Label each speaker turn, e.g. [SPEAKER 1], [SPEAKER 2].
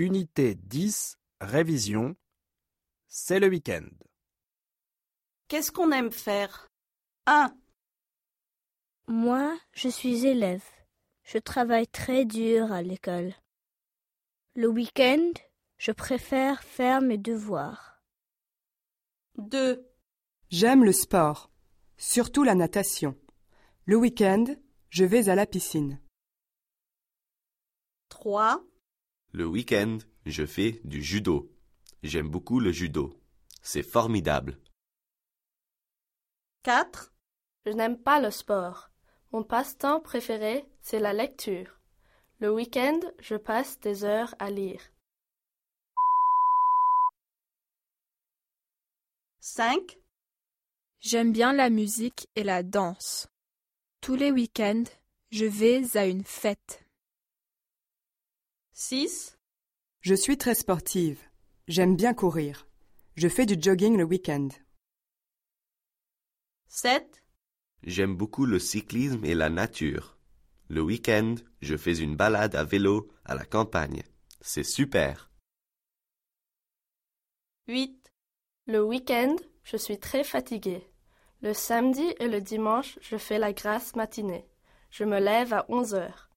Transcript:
[SPEAKER 1] Unité 10, révision. C'est le week-end.
[SPEAKER 2] Qu'est-ce qu'on aime faire 1,
[SPEAKER 3] Moi, je suis élève. Je travaille très dur à l'école. Le week-end, je préfère faire mes devoirs.
[SPEAKER 2] 2,
[SPEAKER 4] J'aime le sport, surtout la natation. Le week-end, je vais à la piscine.
[SPEAKER 2] 3,
[SPEAKER 5] Le week-end, je fais du judo. J'aime beaucoup le judo. C'est formidable.
[SPEAKER 2] 4,
[SPEAKER 6] Je n'aime pas le sport. Mon passe-temps préféré, c'est la lecture. Le week-end, je passe des heures à lire.
[SPEAKER 2] 5,
[SPEAKER 7] J'aime bien la musique et la danse. Tous les week-ends, je vais à une fête.
[SPEAKER 2] 6,
[SPEAKER 4] Je suis très sportive. J'aime bien courir. Je fais du jogging le week-end.
[SPEAKER 2] 7,
[SPEAKER 5] J'aime beaucoup le cyclisme et la nature. Le week-end, je fais une balade à vélo à la campagne. C'est super.
[SPEAKER 2] 8,
[SPEAKER 6] Le week-end, je suis très fatiguée. Le samedi et le dimanche, je fais la grasse matinée. Je me lève à 11 heures.